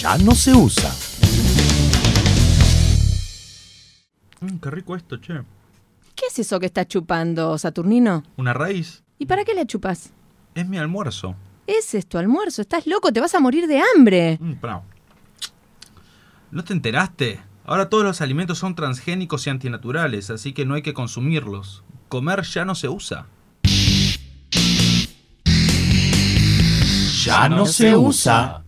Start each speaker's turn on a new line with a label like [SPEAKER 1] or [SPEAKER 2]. [SPEAKER 1] ya no se usa.
[SPEAKER 2] Mm, qué rico esto, che.
[SPEAKER 3] ¿Qué es eso que estás chupando, Saturnino?
[SPEAKER 2] ¿Una raíz?
[SPEAKER 3] ¿Y para qué la chupas?
[SPEAKER 2] Es mi almuerzo.
[SPEAKER 3] Ese es tu almuerzo. Estás loco, te vas a morir de hambre.
[SPEAKER 2] Mm, pará. ¿No te enteraste? Ahora todos los alimentos son transgénicos y antinaturales, así que no hay que consumirlos. Comer ya no se usa.
[SPEAKER 1] Ya no se usa.